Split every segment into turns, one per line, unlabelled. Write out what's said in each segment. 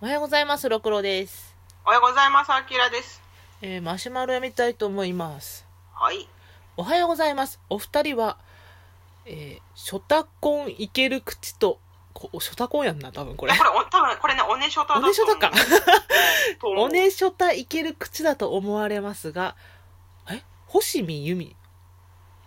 おはようございます、ろくろです。
おはようございます。あきらです。
えー、マシュマロやみたいと思います。
はい。
おはようございます。お二人は、えー、ショタコンいける口と、こショタコンやんな、多 分これ。
これ、お、多分これね、おねしょただ
おねショタか。
と思う。
おねショタいける口だと思われますが、え星見由美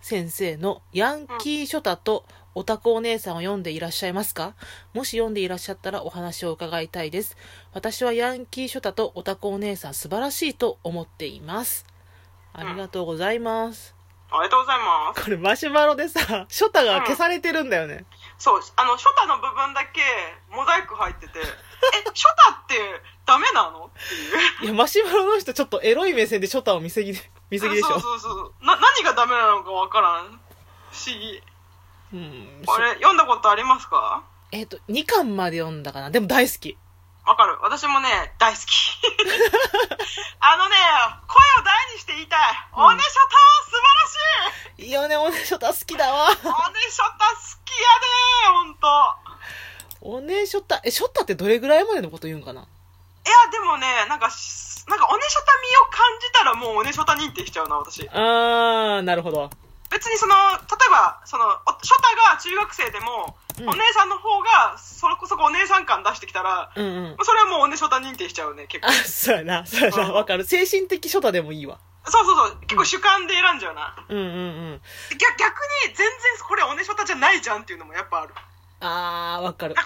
先生のヤンキーショタとオタクお姉さんを読んでいらっしゃいますかもし読んでいらっしゃったらお話を伺いたいです。私はヤンキーショタとオタクお姉さん素晴らしいと思っています。ありがとうございます。
おめでとうございます。
これマシュマロでさ、ショタが消されてるんだよね。
そう、あの、ショタの部分だけ、モザイク入っ てて、え、ショタって、ダメなのっていう。
いや、マシュマロの人ちょっとエロい目線でショタを見すぎで、見すぎでしょ。
そうそうそう。な、何がダメなのかわからん。不思議。
うん。
これ、読んだことありますか
えっ、と、2巻まで読んだかな。でも大好き。
わかる。私もね、大好き。あのね、声を大にして言いたい。
うん
おねしょたは素晴らしい
いいよね、おねショタ好きだわ。
おねしょた好きやでー、ほんと。
おねショタ、え、ショタってどれぐらいまでのこと言うんかない
や、でもね、なんかし、なんかおねしょたみを感じたらもうおねしょた認定しちゃうな、私。
あー、なるほど。
別にその、例えば、その、おしょたが中学生で
う
も、
ん
お姉さんの方が、そこそこお姉さん感出してきたら、
うんうん。
それはもうおねしょた認定しちゃうね、結
あ
構。、
そうやな、そうやな、わかる。精神的ショタでもいいわ。
そうそうそう、結構主観で選んじゃうな。
うんうんうん。
逆逆に、全然これおねしょたじゃないじゃんっていうのもやっぱある。
あー、わかる。
そ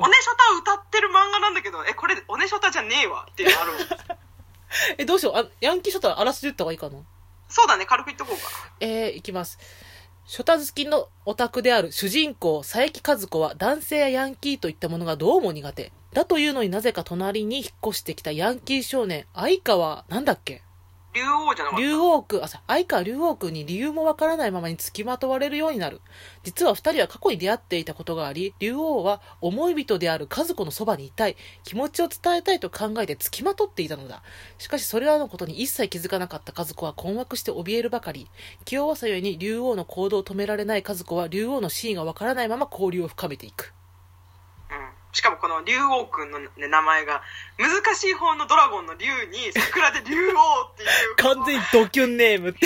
うおねしょたを歌ってる漫画なんだけど、え、これおねしょたじゃねえわっていうのあ るもん。
え、どうしよう。あヤンキーショタあらすじ言った方がいいかな
そうだね、軽く言っとこうか。
えー、いきます。ショタ好きのオタクである主人公、佐伯和子は男性やヤンキーといったものがどうも苦手。だというのになぜか隣に引っ越してきたヤンキー少年、相川、なんだっけ
竜王じゃなかった。
竜王区、あ、さ相川竜王区に理由もわからないままに付きまとわれるようになる。実は二人は過去に出会っていたことがあり、竜王は思い人である和子のそばにいたい、気持ちを伝えたいと考えて付きまとっていたのだ。しかしそれらのことに一切気づかなかった和子は困惑して怯えるばかり。気弱さゆえに竜王の行動を止められない和子は竜王の真意がわからないまま交流を深めていく。
うんしかもこの竜王くんの、ね、名前が難しい方のドラゴンの竜に桜で竜王っていう
完全にドキュンネームって。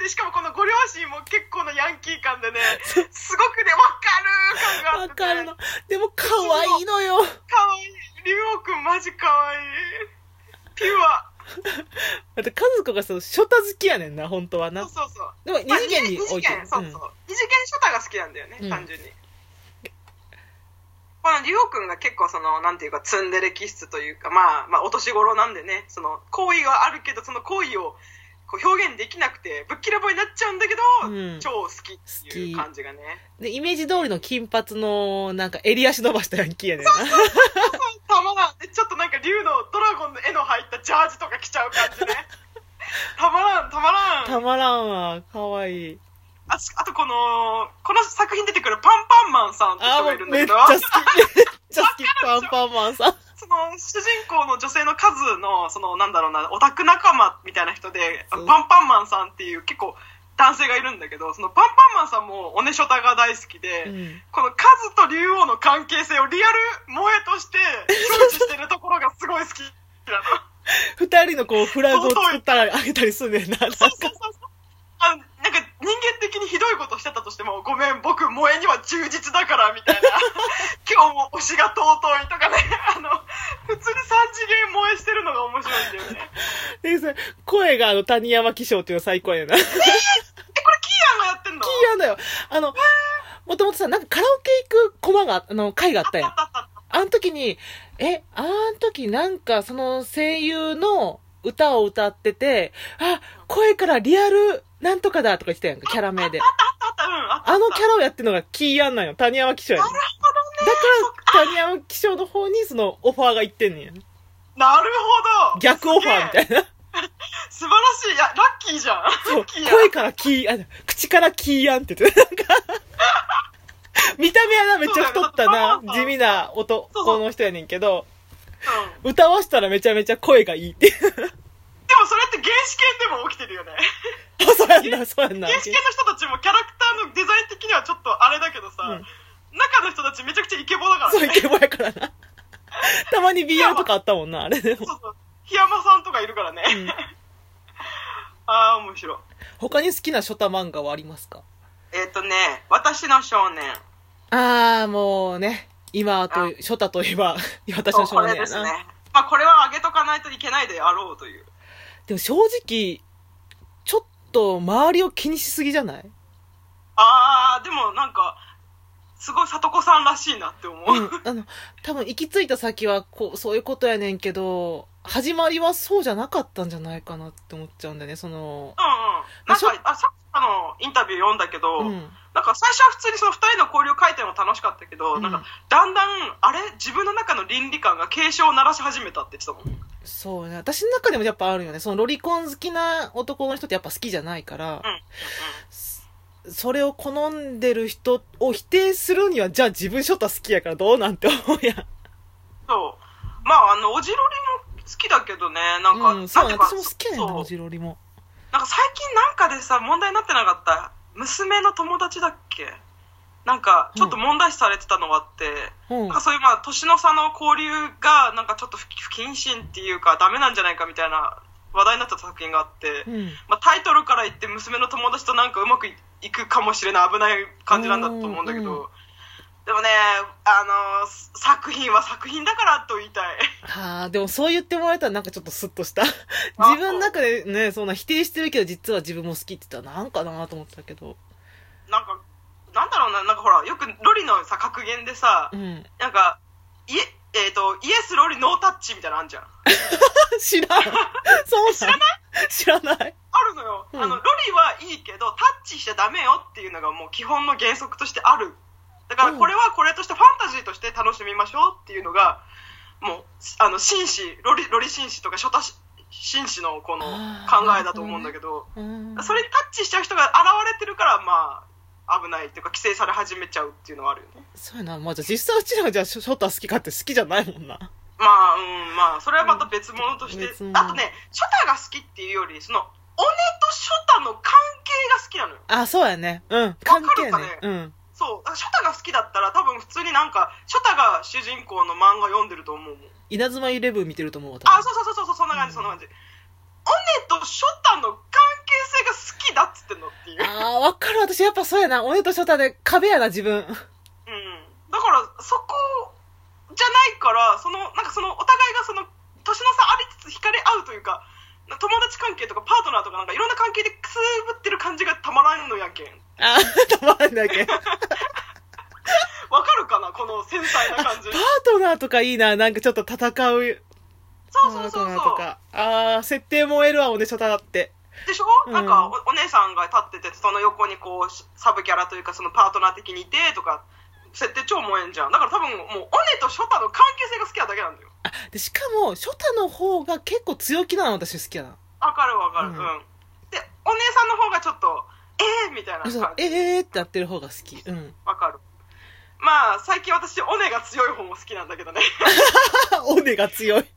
でしかもこのご両親も結構なヤンキー感でねすごくねわかる感があ
わ
って、ね、
かるの。でも可愛いのよ。
かわいい竜王くんマジかわいいピュア
だって和子がそのショタ好きやねんな、本当はな
そう。そうそう
でも二
まあ
次元に
二次
置いてる
元。そうそう、
ん
二次元ショタが好きなんだよね、
うん
単純に この竜王くんが結構そのなんていうかツンデレ気質というかまあまあお年頃なんでねその好意はあるけどその好意をこう表現できなくてぶっきらぼうになっちゃうんだけど、
うん
超好きっていう感じがね
で、イメージ通りの金髪の、なんか襟足伸ばしたヤンキーやねんな。
たまらんでちょっとなんか竜のドラゴンの絵の入ったジャージとか着ちゃう感じ ねたまらんたまらん
たまらんわ。かわいい。
ああとこのこの作品出てくるパンパンマンさんって
あー、
人
も
がいる
うん
だ
め
け
っち
ど
ゃ好き。めっちゃ好き。パンパンマンさん。
その主人公の女性の数のそのなんだろうなオタク仲間みたいな人で
そう
パンパンマンさんっていう結構男性がいるんだけどそのパンパンマンさんもオネショタが大好きで、
うん。
このカズと竜王の関係性をリアル萌え として表示してるところがすごい好きなの
二人のこう、フラグを作ったらあげたりすんねんな。なんか
そうそうそうそうあのなんか人間的にひどいことしてたとしてもごめん僕萌えには忠実だからみたい な今日も推しが尊いとかねあの普通に三次元萌えしてるのが面白いんだよね
で、それ声があの、谷山紀章っていうの最高やねんな。キ ー
え、これキーヤンがやってんの
やんだよ。あの、もともとさ、なんかカラオケ行くコマが、あの、回があったやん。
あったあったあった
あの時に、え、あの時なんかその声優の歌を歌ってて、あ、声からリアルなんとかだとか言ってたやんか、キャラ名で。
あったうん、あったあった。
あのキャラをやってるのがキーアンなんよ。谷山紀章やねん。だから、谷山紀章の方にそのオファーがいってんねん。
なるほど。
逆オファーみた
い。
いな。
素晴らしい。いや、ラッキーじゃん。
そ
ラ
う
ッキーや。
声からキーアン、口からキーアンって言ってた。 なんか、見た目はな、めっちゃ太ったな、地味な男の人やねんけど、
うん
歌わしたらめちゃめちゃ声がいいって。
でもそれって原始圏でも起きてるよね。
あ、そうやんな、そうやんな。
原始圏の人たちもキャラクターのデザイン的にはちょっとあれだけどさ、
うん
中の人たちめちゃくちゃイケボだから
そう、
ね。
イケボやからな。たまに BL とかあったもんな、あれでも。
そうそう。檜山さんとかいるからね。
ん
ああ、面白い。
他に好きなショタ漫画はありますか
えっ、とね、私の少年。
ああ、もうね、今と、ショタといえば、 私の
こ
少年
れ
や
です
な。
ね
で。
まあ、これは上げとかないといけないであろうという。
も正直、ちょっと周りを気にしすぎじゃない
ああ、でもなんか、すごい里子さんらしいなって思う。
うん、あの、多分行き着いた先は、こう、そういうことやねんけど、始まりはそうじゃなかったんじゃないかなって思っちゃうんだよね、その、
うんうん。
まあ
なん
しょ
か、あ、さっきあのインタビュー読んだけど、
うん。
なんか最初は普通にその二人の交流会見も楽しかったけど、
うん
なんか、だんだん、あれ自分の中の倫理観が警鐘を鳴らし始めたって言ってたもん。うん。
そうね。私の中でもやっぱあるよね。そのロリコン好きな男の人ってやっぱ好きじゃないから、それを好んでる人を否定するには、じゃあ自分ショタ好きやからどうなんて思うやん。
そう。まあ、あの、おじろりも好きだけどね、なんか、
う
なん
ん、そう
て
ね。
いうか
私も好きやねんな、
そう
おじろりも。
なんか最近なんかでさ、問題になってなかった。娘の友達だっけなんか、ちょっと問題視されてたのがあって、
うん
なんか。そういうまあ、年の差の交流が、なんかちょっと不不謹慎っていうか、ダメなんじゃないかみたいな話題になってた作品があって、
うん。
まあ、タイトルから言って娘の友達となんかうまくいいくかもしれない危ない感じなんだと思うんだけど、
うんうん
でもね、あのーす作品は作品だからと言いたい。
はあ、でもそう言ってもらえたらなんかちょっとスッとした。
あ
自分の中でね、そんな否定してるけど、実は自分も好きって言ったらなんかなと思ってたけど。
なんか、なんだろうな、なんかほら、よくロリのさ、格言でさ、
うん。
なんか、いえ、えっ、と、イエスロリノータッチみたいなのあんじゃん。あ
知らん。そう知らない知らない。
るのよ。
うん
あの、ロリはいいけど、タッチしちゃダメよっていうのがもう基本の原則としてある。だから
うん
これはこれとしてファンタジーとして楽しみましょうっていうのが、もう、あの、紳士、ロリ、ロリ紳士とか、初太紳士のこの
あー
考えだと思うんだけど、
うん。
それにタッチしちゃう人が現れてるから、まあ、危ないっていうか、規制され始めちゃうっていうのはあるよね。
そうやな。まあ、じゃあ実際うちらがじゃあショショタ好きかって好きじゃないもんな。
まあ、うん、まあ、それはまた別物として、
別物
あとね、ショタが好きっていうより、その、オネとショタの関係が好きなのよ。
あ、そうやね。うん。関係ね。
わかるか
うん。
そう、だからショタが好きだったら、多分普通になんか、ショタが主人公の漫画読んでると思うもん。
稲妻イレブン見てると思うわ。多分
あ、そうそうそうそう、そんな感じ、そんな感じ。オネとショタの関係性が好きだっつってんのっていう。
あー、わかる。私やっぱそうやな。俺とショタで壁やな、自分。
うん。だから、そこじゃないから、その、なんかその、お互いがその、年の差ありつつ惹かれ合うというか、友達関係とかパートナーとかなんかいろんな関係でくすぶってる感じがたまらんのやけん。
あ ー、たまらん だけ。パー
わかるかなこの繊細 な感じ。
トナーとかいいな。なんかちょっと戦う。
そ
パ
うそ
ー
うそ
ト
う
ナ
そ
ーと
う。
か。あー、設定燃えるわ、俺とショタだって。
でしょ、
うん
なんかおお姉さんが立ってて、その横にこう、サブキャラというかそのパートナー的にいてとか、設定超萌えんじゃん。だから多分もう、オネとショタの関係性が好きなだけなんだよ。
あ、で、しかも、ショタの方が結構強気なの、私好きやな。
わかるわかる、
う
うんん、で、お姉さんの方がちょっと、えー、みたいな
そう
感、じ。
えーってなってる方が好き。うん。
わかる。まあ、最近私、オネが強い方も好きなんだけどね。
あオネが強い。
うん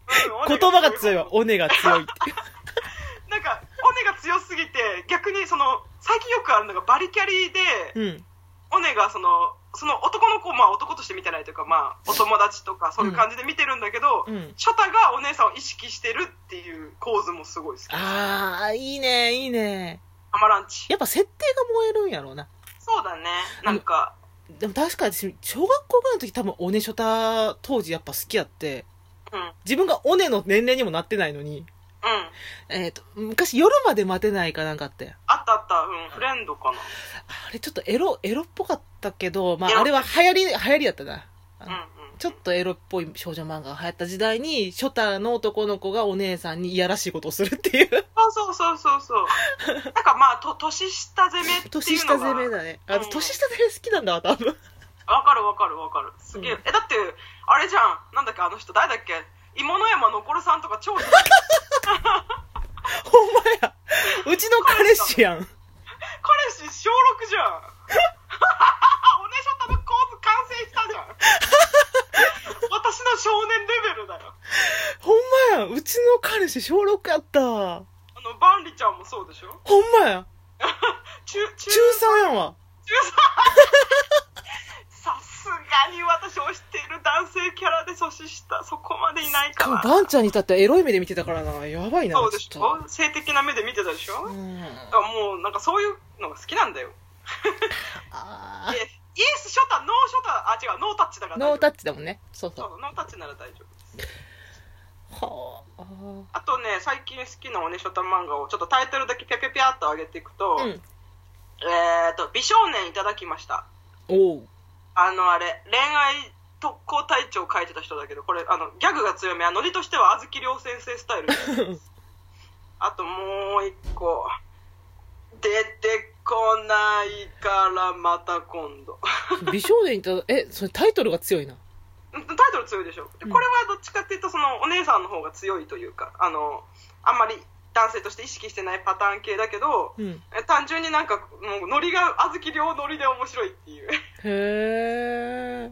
言葉が 強いわ。
オネ
オネが強いって。
方なんか、オネが強すぎて、逆にその、最近よくあるのがバリキャリーで、
うん。
オネがその、その男の子をまあ男として見てないというか、まあ、お友達とかそういう感じで見てるんだけど、
うん。
ショタがお姉さんを意識してるっていう構図もすごい好き。
あー、いいね、いいね。
アマランチ。
やっぱ設定が燃えるんやろうな。
そうだね。なんか、
でも確かに私、小学校ぐらいの時多分、オネショタ当時やっぱ好きやって、
うん、うん。
自分がオネの年齢にもなってないのに、えっ、と、昔夜まで待てないかなんかあって。
あったあった、うん、フレンドかな。
あれちょっとエロ、エロっぽかったけど、ま
エ
あ
ロ
あれは流行り、流行りやったな。
うんうん。
ちょっとエロっぽい少女漫画が流行った時代に、ショタの男の子がお姉さんにいやらしいことをするっていう。
そうそうそうそうそう。なんかまあ、と年下攻めってい うのが。
年下攻めだね。あ、
うん
年下攻め好きなんだわ、多分。
わかるわかるわかる。すげえ。
うん
え、だって、あれじゃん。なんだっけ、あの人、誰だっけ芋の山のこるさんとか超好き、
ほんまや。うちの彼氏やん。
彼氏小6じゃん。 おねしょたの構図完成したじゃん。 私の少年レベルだよ。
ほんまや。うちの彼氏小6やったわ。
あの、バンリちゃんもそうでしょ
ほんまや。
中、中、
中3やわ。
中さすがに私推してる男性キャラでで阻止したそこまでいない
しか
か
も
ら
バンちゃんに至ってはエロい目で見てたからなやばいな
そうでし
ちょっ
ょ性的な目で見てたでしょ、
とうん
だからもうなんかそういうのが好きなんだよ
あ
イエスイエスショタノーショタあ違うノータッチだか
ー
ら
ノータ
ッチ
ッチだもんねそうそう
そうノータッチなら大丈夫です
はあ
あとね最近好きなオネショタ漫画をちょっとタイトルだけピャピャピャっと上げていくと、
う
え
ん
ー、と美少年いただきました
おう
あのあれ恋愛特攻隊長を書いてた人だけどこれあのギャグが強めあノリとしてはあずき亮先生ス タイルあともう一個出てこないからまた今度
美少年に至えそれタイトルが強いな
タイトル強いでしょでこれはどっちかっていうとそのお姉さんの方が強いというかあのあんまり男性として意識してないパターン系だけど
うん
え単純になんかもうノリがあずき亮ノリで面白いっていう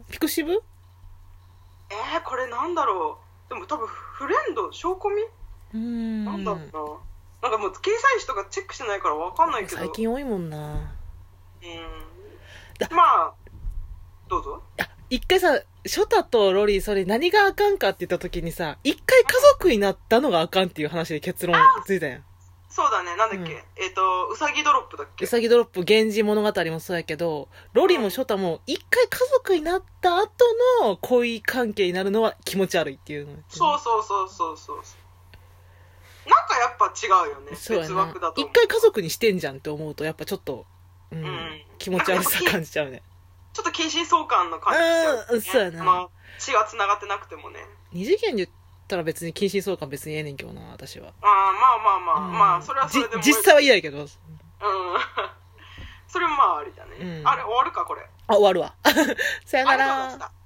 へえピクシブ
えー、これなんだろうでも多分フレンド証拠見
うん
なんだろうな。なんかもう掲載誌とかチェックしてないからわかんないけど。
最近多いもんなだ
うん。まあ、どうぞ。
いや一回さショタとロリーそれ何があかんかって言った時にさ一回家族になったのがあかんっていう話で結論ついたやん
そうだね、なんだっ
う
け。
ん
えっ、と、うさぎドロップだっけ
う。さぎドロップ、源氏物語もそうやけど、ロリもショタも、一回家族になった後の恋関係になるのは気持ち悪いっていうの。
そうそうそうそうそう。なんかやっぱ違うよね。
そうや
別
な
枠だ。と
一
思う。
回家族にしてんじゃんって思うと、やっぱちょっと、うん
うん
気持ち悪さ感じちゃうね。
ちょっと近親相関の感じしちゃう、ね。
うんそうやな
まあ、血が繋がってなくてもね。
二次元で言ったら別に近親相関別にええねんけどな、私は。
ああまあまあまあ、まあ、それはそれでも。
じ実際は嫌やけど。
うん。 それもまあありだね。
うん
あれ、終わるか、これ。
あ、終わるわ。さよ
あ
な
りがとうございま
ら
し。た。